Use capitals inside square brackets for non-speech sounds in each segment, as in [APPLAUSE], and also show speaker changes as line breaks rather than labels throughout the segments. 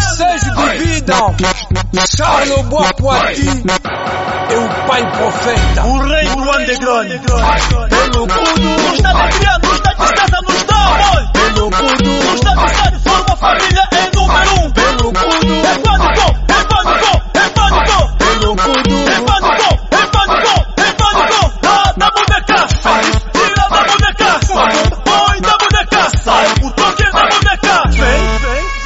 Sérgio Bebida, Charles Boa Poiti e o Pai Profeta.
O rei do underground. Pelo mundo nos dá alegria, nos dá tristeza, tá nos dá amor. Pelo mundo nos dá amizade, tá forma família é número um. Pelo mundo é pânico, é pânico, é pânico. Pelo mundo é pânico, é pânico, é pânico. Ah, da boneca, sai. Tira da boneca, sai. Põe da boneca, sai. O toque da boneca, vem, vem, vem.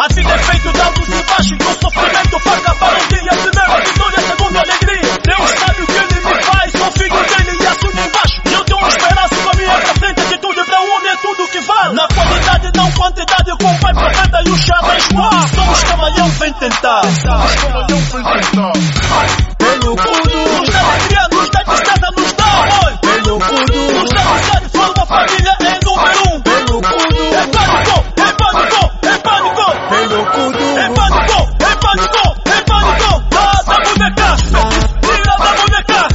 Assim é feito da luz de baixo, eu sou feito pra acabar o dia. Primeira vitória, segunda alegria. Deus sabe o que ele me faz, confio nele e assumo embaixo. E eu tenho uma esperança pra minha pra frente, atitude pra um homem é tudo que vale. Na qualidade, não quantidade, com o pai profeta e o xadrez boa. Somos camaleão, vem tentar. Somos camaleão, vem tentar.
[LAUGHS]
Pelo mundo, nos dá alegria, nos dá tristeza, nos dá amor. Pelo mundo, nos dá amizade, forma família é número um. Pelo mundo, é pânico, é pânico, é pânico. Pelo mundo, é pânico, é pânico, é pânico. Dá da boneca, tira da boneca,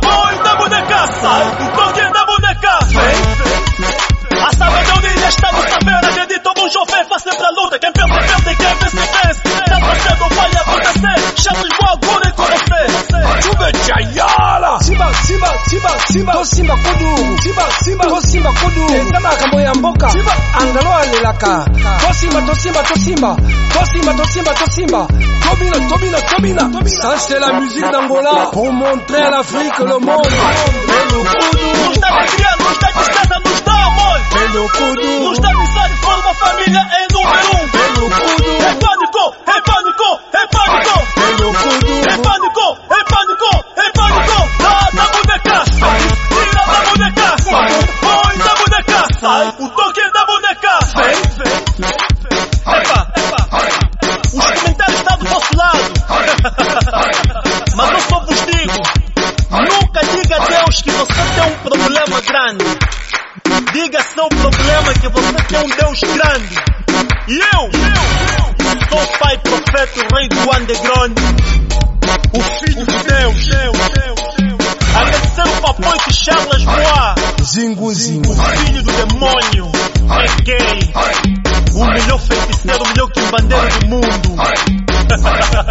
põe da boneca, sai do toque da boneca. Vem, a sabedoria está no saber, acredito, vamos chover, fazer pra luta. Quem pensa, pensa e quem vence, vence. Tá passando, vai acontecer, chatos vão agora encontrar. Chuva chayala.
Simba, simba, simba, simba, tosimba kudu, simba, simba, tosimba kudu, tenda makambo ya mboka, simba, angalo alelaka, tosimba, tosimba, tosimba, tosimba, tosimba, tosimba, tobina, tobina, tobina, ça c'est la musique d'Angola, pour montrer à l'Afrique le monde,
Pelo mundo, nos dá alegria, nos dá tristeza, nos dá amor.
pelo kudu,
Nos dá amizade, forma família é número um.
pelo kudu,
É pânico, é pânico, é pânico.
pelo
É
kudu,
pânico, é pânico, é pânico. Dá da boneca, sai. Tira da boneca, sai. Põe da boneca, sai. O toque da boneca, vem, vem. Epa, epa. Os comentários estão do vosso lado. [LAUGHS] Mas eu só vos digo: nunca diga a Deus que você tem um problema grande. Diga seu problema que você tem um Deus grande. E eu, eu, sou o pai profeta, o rei do underground, o filho de Deus. Agradecer o papai que Charles Bois,
zingu, zingu,
o filho do demônio, é [LAUGHS] gay. O melhor feiticeiro, o melhor quimbandeiro do mundo.